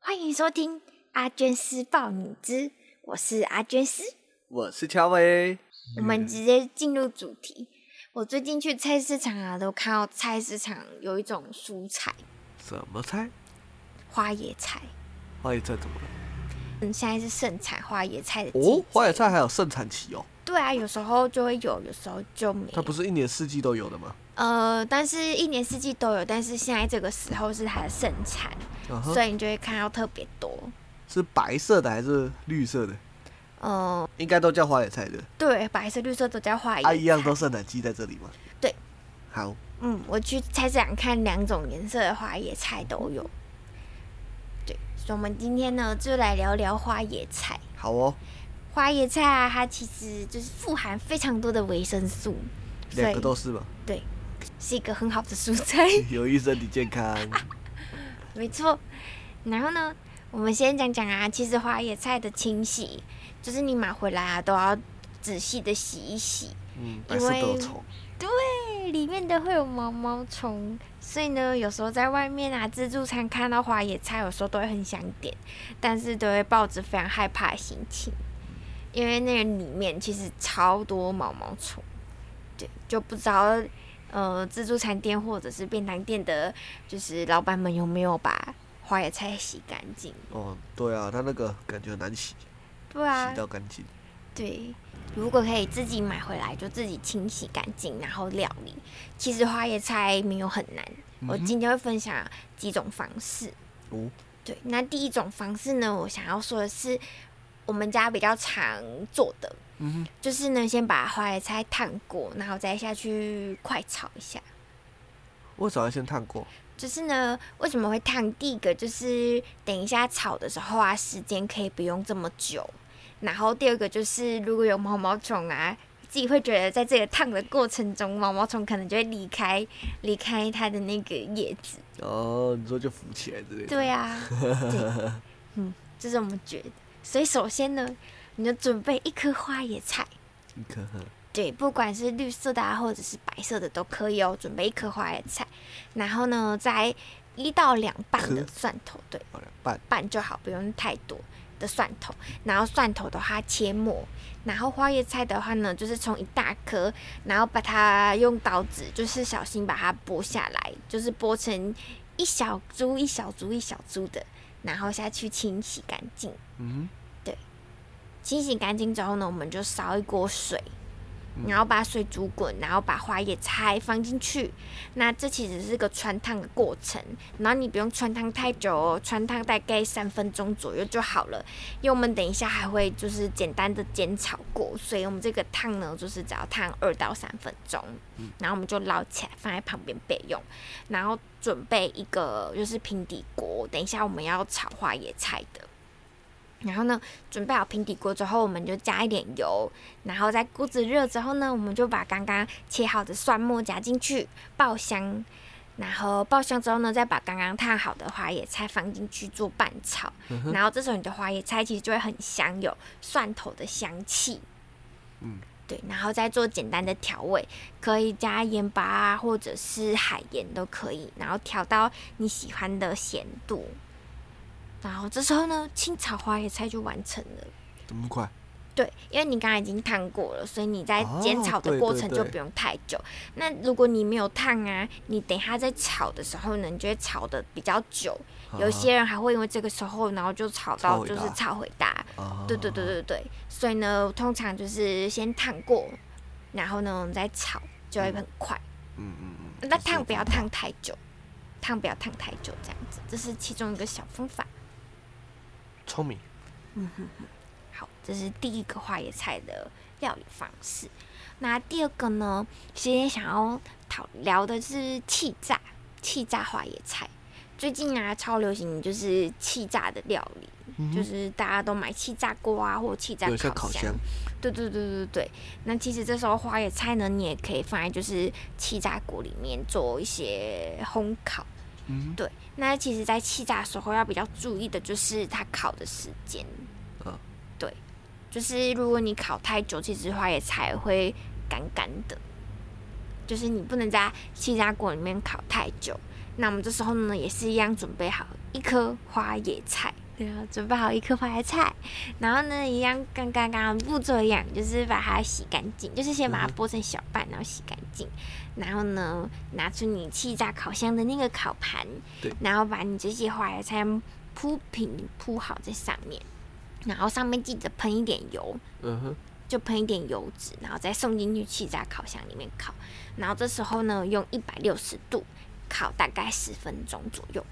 欢迎收听《阿娟施暴女之》，我是阿娟师。我是乔伟。我们直接进入主题。我最近去菜市场啊，都看到菜市场有一种蔬菜，什么菜？花椰菜。花椰菜怎么了？嗯，现在是盛产花椰菜的季节。哦，花椰菜还有盛产期哦，对啊，有时候就会有，有时候就没它有。不是一年四季都有的吗？呃，但是一年四季都有，但是现在这个时候是它的盛产，嗯哼所以你就会看到特别多。是白色的还是绿色的？嗯、应该都叫花椰菜的，对，白色、绿色都叫花椰菜。啊，一样都盛产季在这里吗？对。好，嗯，我去菜市场看两种颜色的花椰菜都有。对，所以我们今天呢就来聊聊花椰菜。好哦，花椰菜啊，它其实就是富含非常多的维生素，所两以个都是嘛，对，是一个很好的蔬菜。有益身体健康。没错。然后呢，我们先讲讲啊，其实花椰菜的清洗，就是你买回来啊都要仔细的洗一洗，嗯，白色都有虫，对，里面的会有毛毛虫，所以呢，有时候在外面啊自助餐看到花野菜，有时候都会很想点，但是都会抱着非常害怕的心情，因为那个里面其实超多毛毛虫，对，就不知道呃自助餐店或者是便当店的，就是老板们有没有把花野菜洗干净？哦，对啊，它那个感觉很难洗，对啊洗，到干净。对，如果可以自己买回来，就自己清洗干净，然后料理。其实花椰菜没有很难，嗯我今天会分享几种方式。哦，对，那第一种方式呢，我想要说的是我们家比较常做的，嗯哼，就是呢，先把花椰菜烫过，然后再下去快炒一下。为什么要先烫过？就是呢，为什么会烫？第一个就是等一下炒的时候啊，时间可以不用这么久。然后第二个就是如果有毛毛虫啊，自己会觉得在这个烫的过程中，毛毛虫可能就会离开离开它的那个叶子。哦，你说就浮起来之类的。对啊，对，嗯，这是我们觉得。所以首先呢，你就准备一颗花野菜，一颗，呵对，不管是绿色的啊，或者是白色的都可以哦。准备一颗花椰菜，然后呢，再一到两瓣的颗蒜头，对，好了，拌半就好，不用太多的蒜头。然后蒜头的话切末，然后花椰菜的话呢，就是从一大颗，然后把它用刀子，就是小心把它剥下来，就是剥成一小株一小株一小株的，然后下去清洗干净。嗯清洗干净之后呢，我们就烧一锅水，然后把水煮滚，然后把花椰菜放进去。那这其实是个穿烫的过程，然后你不用穿烫太久哦，穿烫大概三分钟左右就好了。因为我们等一下还会就是简单的煎炒过，所以我们这个烫呢，就是只要烫二到三分钟，然后我们就捞起来放在旁边备用。然后准备一个就是平底锅，等一下我们要炒花椰菜的。然后呢，准备好平底锅之后，我们就加一点油，然后在锅子热之后呢，我们就把刚刚切好的蒜末加进去爆香，然后爆香之后呢，再把刚刚烫好的花椰菜放进去做拌炒，然后这时候你的花椰菜其实就会很香，有蒜头的香气。嗯，对，然后再做简单的调味，可以加盐巴啊，或者是海盐都可以，然后调到你喜欢的咸度。然后这时候呢，清炒花椰菜就完成了。哼，这么快？对，因为你刚刚已经烫过了，所以你在哦煎炒的对过对程对就不用太久。那如果你没有烫啊，你等一下在炒的时候呢，你就会炒的比较久。有些人还会因为这个时候，然后就炒超到伟就是啊大炒回大。啊，对对对对对，所以呢，通常就是先烫过，然后呢再炒，就会很快。嗯嗯嗯，那烫不要烫太久，烫不要烫太久，这样子，这是其中一个小方法。聪明。好，这是第一个花椰菜的料理方式。那第二个呢，今天想要讨聊的是气炸气炸花椰菜。最近啊，超流行就是气炸的料理，嗯哼就是大家都买气炸锅啊，或气炸有像烤箱箱。，对对对对对。那其实这时候花椰菜呢，你也可以放在就是气炸锅里面做一些烘烤。嗯对，那其实，在气炸的时候要比较注意的就是它烤的时间。嗯对，就是如果你烤太久，其实花椰菜会干干的。就是你不能在气炸锅里面烤太久。那我们这时候呢，也是一样准备好一颗花椰菜，对啊，准备好一颗花椰菜，然后呢，一样跟刚刚的步骤一样，就是把它洗干净，就是先把它嗯剥成小瓣，然后洗干净，然后呢，拿出你气炸烤箱的那个烤盘对，然后把你这些花椰菜铺平铺好在上面，然后上面记得喷一点油，嗯哼，就喷一点油脂，然后再送进去气炸烤箱里面烤。然后这时候呢，用一百六十度烤大概十分钟左右。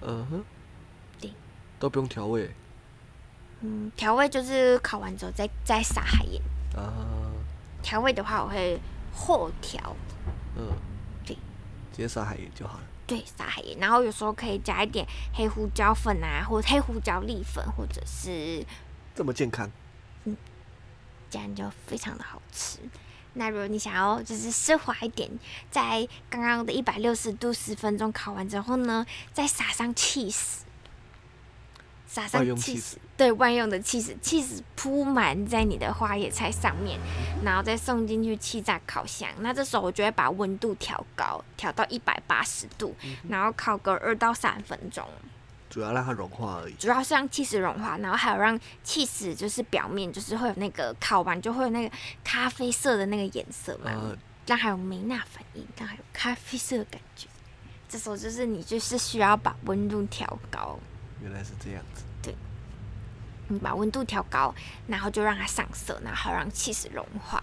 嗯哼，对，都不用调味嗯，调味就是烤完之后再再撒海盐。啊，调味的话，我会后调，嗯，对，直接撒海盐就好了。对，撒海盐。然后有时候可以加一点黑胡椒粉啊，或黑胡椒粒粉，或者是这么健康，这样就非常的好吃。那如果你想要就是奢华一点，在刚刚的一百六十度十分钟烤完之后呢，再撒上 cheese，撒上万用 cheese，对，万用的 cheese，cheese 铺满在你的花椰菜上面，然后再送进去气炸烤箱。那这时候我就会把温度调高，调到一百八十度，然后烤个二到三分钟。主要让它融化而已。主要是让气 h 融化，然后还有让气 h 就是表面就是会有那个烤完就会有那个咖啡色的那个颜色嘛，啊，让还有梅纳反应，让还有咖啡色的感觉。这时候就是你就是需要把温度调高，原来是这样子。你把温度调高，然后就让它上色，然后还有让气 h 融化。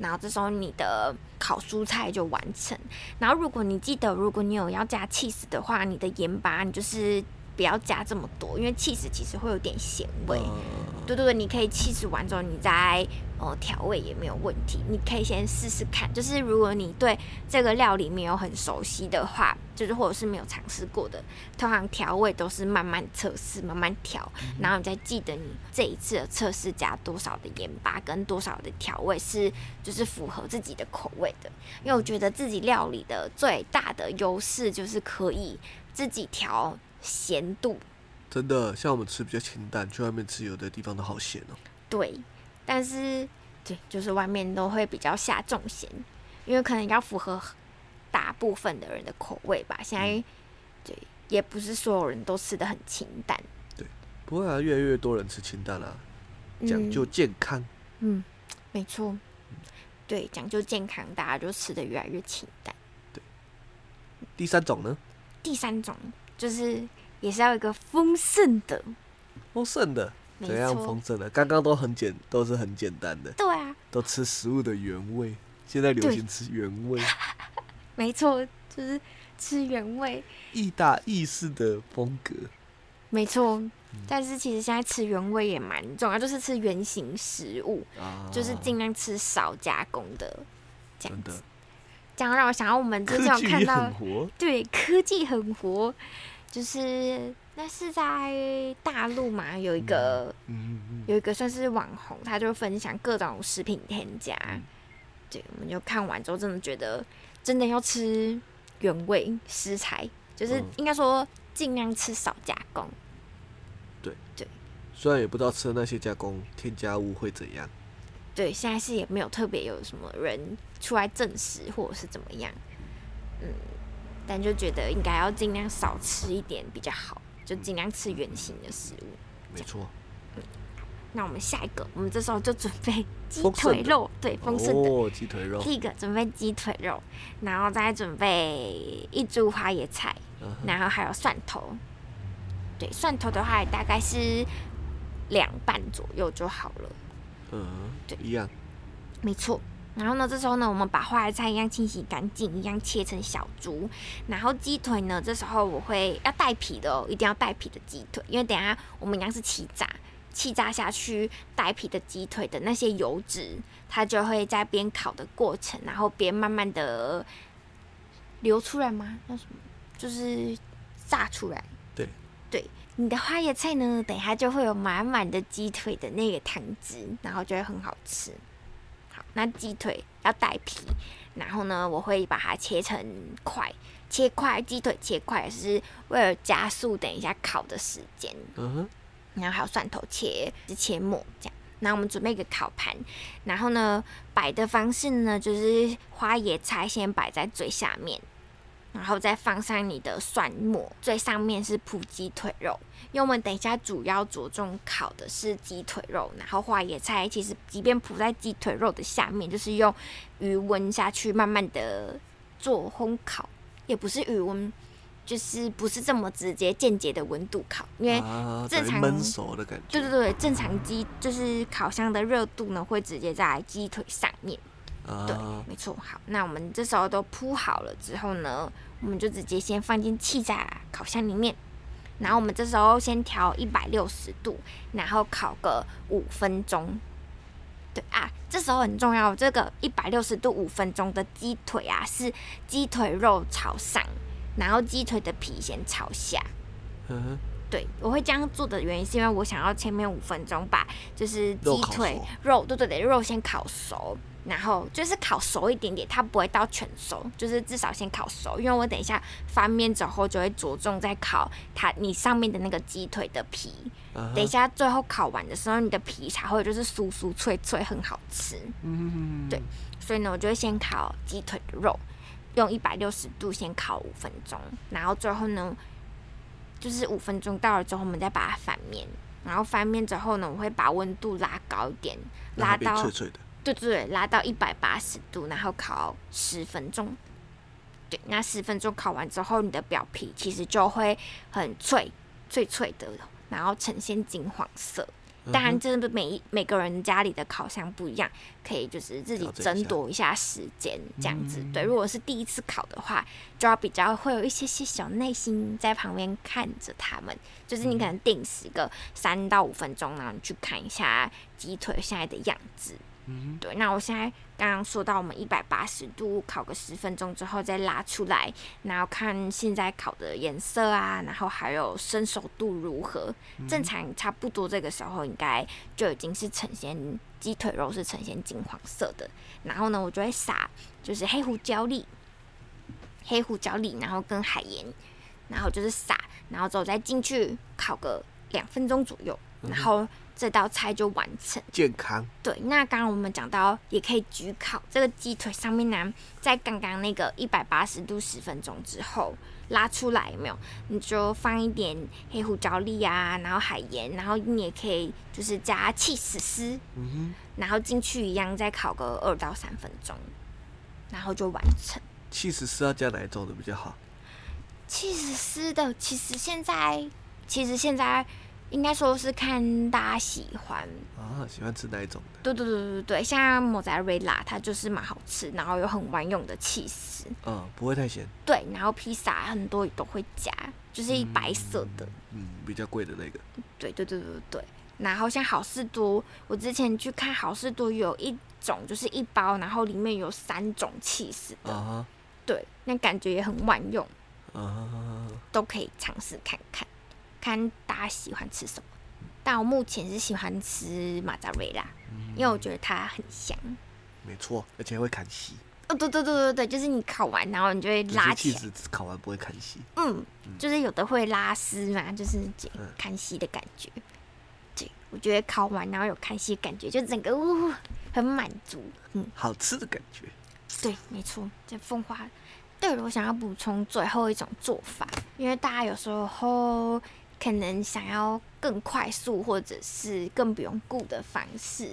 然后这时候你的烤蔬菜就完成。然后如果你记得，如果你有要加气 h 的话，你的盐巴你就是不要加这么多，因为气 h 其实会有点咸味。嗯对对对，你可以气死完之后，你再呃调味也没有问题。你可以先试试看，就是如果你对这个料理没有很熟悉的话，就是或者是没有尝试过的，通常调味都是慢慢测试、慢慢调，然后你再记得你这一次的测试加多少的盐巴跟多少的调味是就是符合自己的口味的。因为我觉得自己料理的最大的优势就是可以自己调咸度，真的，像我们吃比较清淡，去外面吃有的地方都好咸哦。对，但是对，就是外面都会比较下重咸，因为可能要符合大部分的人的口味吧。现在、嗯对，也不是所有人都吃的很清淡，不会啊，越来越多人吃清淡啦、讲究健康。嗯，嗯，没错，对，讲究健康，大家就吃的越来越清淡。第三种呢，第三种就是也是要有一个丰盛的，丰盛的，没怎样错丰，盛的？刚刚都很简，都是很简单的，对啊，都吃食物的原味。现在流对行吃原味，没错，就是吃原味，意大意式的风格。没错，嗯但是其实现在吃原味也蛮重要，就是吃原形食物，啊，就是尽量吃少加工的，这样真子的。，这样让我想到我们之前科有技看也到很，活。对，科技很活，就是那是在大陆嘛，有一个、嗯嗯嗯，有一个算是网红，他就分享各种食品添加，嗯对，我们就看完之后真的觉得真的要吃原味食材，就是嗯应该说尽量吃少加工。虽然也不知道吃的那些加工添加物会怎样，对，现在是也没有特别有什么人出来证实或者是怎么样，嗯，但就觉得应该要尽量少吃一点比较好，就尽量吃原形的食物。没错。那我们下一个，我们这时候就准备鸡丰盛腿的肉，对，丰盛的。哦，鸡腿肉，第一个准备鸡腿肉，然后再准备一株花椰菜，嗯哼然后还有蒜头。对，蒜头的话也大概是两瓣左右就好了。嗯对，一样。没错。然后呢，这时候呢，我们把花椰菜一样清洗干净，一样切成小株。然后鸡腿呢，这时候我会要带皮的哦，一定要带皮的鸡腿，因为等一下我们一样是起炸，气炸下去带皮的鸡腿的那些油脂，它就会在边烤的过程，然后边慢慢的流出来吗？那什么，就是炸出来。对对，你的花椰菜呢，等一下就会有满满的鸡腿的那个汤汁，然后就会很好吃。好，那鸡腿要带皮，然后呢，我会把它切成块，切块鸡腿切块是为了加速等一下烤的时间。嗯哼，然后还有蒜头切切末这样。然后我们准备一个烤盘，然后呢摆的方式呢就是花椰菜先摆在最下面，然后再放上你的蒜末，最上面是铺鸡腿肉，因为我们等一下主要着重烤的是鸡腿肉，然后花椰菜其实即便铺在鸡腿肉的下面，就是用余温下去慢慢的做烘烤，也不是余温。就是不是这么直接间接的温度烤，因为啊，正等于常焖熟的感觉。对对对，正常鸡就是烤箱的热度呢，会直接在鸡腿上面。对啊，没错。好，那我们这时候都铺好了之后呢，我们就直接先放进气炸烤箱里面，然后我们这时候先调一百六十度，然后烤个五分钟。对啊，这时候很重要，这个一百六十度五分钟的鸡腿啊，是鸡腿肉朝上，然后鸡腿的皮先朝下。嗯哼，对，我会这样做的原因是因为我想要前面五分钟把就是肉鸡烤腿熟肉，对对对，肉先烤熟，然后就是烤熟一点点，它不会到全熟，就是至少先烤熟，因为我等一下翻面之后就会着重在烤它你上面的那个鸡腿的皮，啊哈等一，下最后烤完的时候，你的皮才会就是酥酥脆脆，很好吃。嗯，对所以呢，我就会先烤鸡腿的肉，用一百六十度先烤五分钟，然后最后呢，就是五分钟到了之后，我们再把它翻面，然后翻面之后呢，我会把温度拉高一点，让它拉变到脆脆的。嗯对对对，拉到一百八十度，然后烤十分钟。对，那十分钟烤完之后，你的表皮其实就会很脆，脆脆的，然后呈现金黄色。当然，嗯哼这是每一每个人家里的烤箱不一样，可以就是自己调整一斟下嗯酌一下时间，这样子。对，如果是第一次烤的话，就要比较会有一些些小耐心在旁边看着他们，就是嗯你可能定时个三到五分钟，然后你去看一下鸡腿现在的样子。嗯对，那我现在刚刚说到，我们一百八十度烤个十分钟之后再拉出来，然后看现在烤的颜色啊，然后还有生熟度如何。嗯正常差不多这个时候应该就已经是呈现鸡腿肉是呈现金黄色的，然后呢，我就会撒就是黑胡椒粒，黑胡椒粒，然后跟海盐，然后就是撒，然后之后再进去烤个两分钟左右，然后这道菜就完成。健康，对，那刚刚我们讲到，也可以焗烤这个鸡腿上面呢，在刚刚那个一百八十度十分钟之后拉出来，有没有？你就放一点黑胡椒粒啊，然后海盐，然后你也可以就是加气死丝，嗯然后进去一样再烤个二到三分钟，然后就完成。哼，气死是要加哪一种的比较好？气死丝的，其实现在其实现在应该说是看大家喜欢，啊，喜欢吃哪一种的？对对对对对，像莫扎瑞拉，它就是蛮好吃，然后有很万用的气势。嗯，不会太咸，对，然后披萨很多都会加，就是一白色的。嗯，比较贵的那个。对对对对对。然后像好事多，我之前去看好事多有一种就是一包，然后里面有三种气势的，啊对，那感觉也很万用，哈啊，都可以尝试看看，看大家喜欢吃什么。但我目前是喜欢吃马扎瑞拉，因为我觉得它很香。没错，而且还会砍息，哦，对对对对对，就是你烤完，然后你就会就是拉气起来，死烤完不会砍息。嗯，就是有的会拉丝嘛，就是这嗯看戏的感觉。对，我觉得烤完然后有看戏的感觉，就整个呜很满足。嗯，好吃的感觉。对，没错，这凤花。对了，我想要补充最后一种做法，因为大家有时候可能想要更快速或者是更不用顾的方式。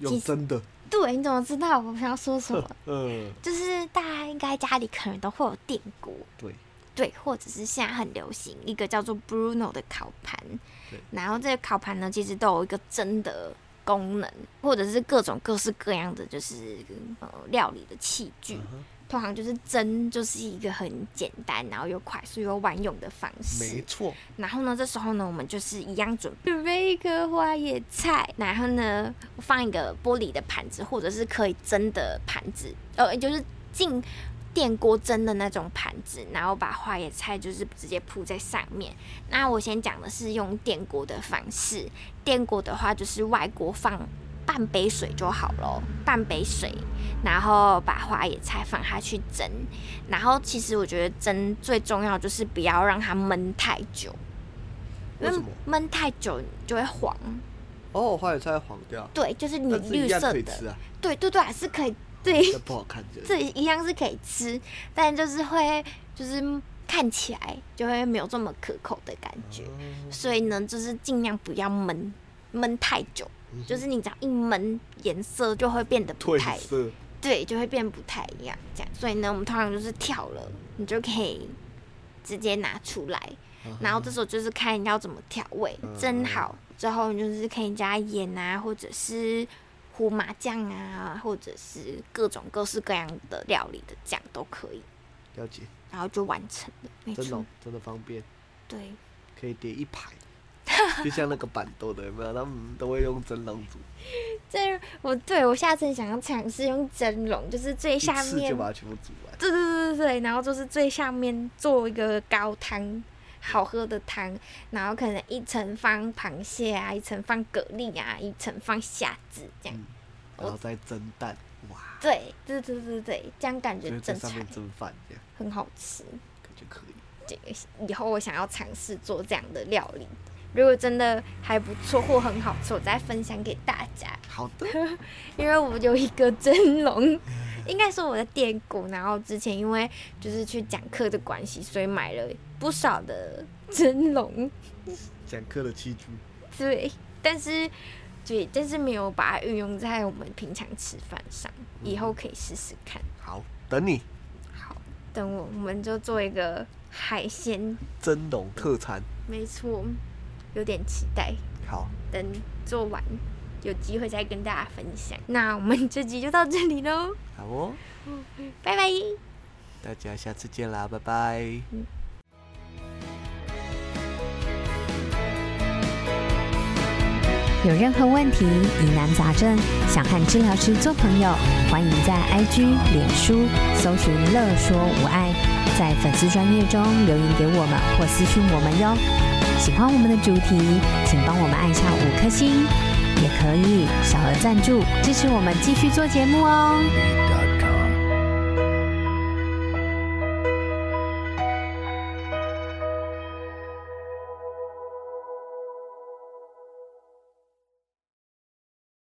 用真的，对，你怎么知道我想要说什么？嗯，就是大家应该家里可能都会有电锅，对，对，或者是现在很流行一个叫做 Bruno 的烤盘对，然后这个烤盘呢，其实都有一个蒸的功能，或者是各种各式各样的就是呃料理的器具。嗯哼通常就是蒸，就是一个很简单，然后又快速又万用的方没式。错，然后呢，这时候呢，我们就是一样准准备一颗花椰菜，然后呢，放一个玻璃的盘子，或者是可以蒸的盘子，呃，就是进电锅蒸的那种盘子，然后把花椰菜就是直接铺在上面。那我先讲的是用电锅的方式，电锅的话就是外锅放半杯水就好咯，半杯水，然后把花椰菜放下去蒸。然后其实我觉得蒸最重要就是不要让它焖太久，因为什么焖太久就会黄。哦，花椰菜黄掉，对，就是你但是绿一样色可以吃的，啊，对对对，是可以，对， 但不好看这这一样是可以吃，但就是会就是看起来就会没有这么可口的感觉。嗯所以呢，就是尽量不要焖焖太久，就是你只要一焖，颜色就会变得不嗯褪太色，对，就会变不太一样这样。所以呢，我们通常就是跳了，你就可以直接拿出来，然后这时候就是看你要怎么调味，嗯蒸好之后你就是可以加盐啊，或者是胡麻酱啊，或者是各种各式各样的料理的酱都可以，了解，然后就完成了。没真的错哦，真的方便，对，可以叠一排，就像那个板豆的有没有？他们都会用蒸笼煮，这我对我下次想要尝试用蒸笼，就是最一下次面就把它全部煮完，对对对对对，然后就是最下面做一个高汤，好喝的汤，然后可能一层放螃蟹啊，一层放蛤蜊啊，一层放虾子这样。嗯然后再蒸蛋，哇，对对对对对，这样感就觉是正在上常，面蒸饭这样，很好吃。感觉可以。对，以后我想要尝试做这样的料理，如果真的还不错或很好吃，我再分享给大家。好的，因为我有一个蒸笼，应该说我的电锅，然后之前因为就是去讲课的关系，所以买了不少的蒸笼，讲课的器具，对，但是对，但是没有把它运用在我们平常吃饭上，以后可以试试看。好，等你好，等我我们就做一个海鲜，蒸笼特餐，没错，有点期待，好，等做完。有机会再跟大家分享。那我们这集就到这里喽，好哦，拜拜。大家下次见啦，拜拜。有任何问题、疑难杂症，想和治疗师做朋友，欢迎在 IG、脸书搜寻“乐说无爱”，在粉丝专页中留言给我们或私讯我们哟。喜欢我们的主题，请帮我们按下五颗星，也可以小额赞助支持我们继续做节目哦。 God.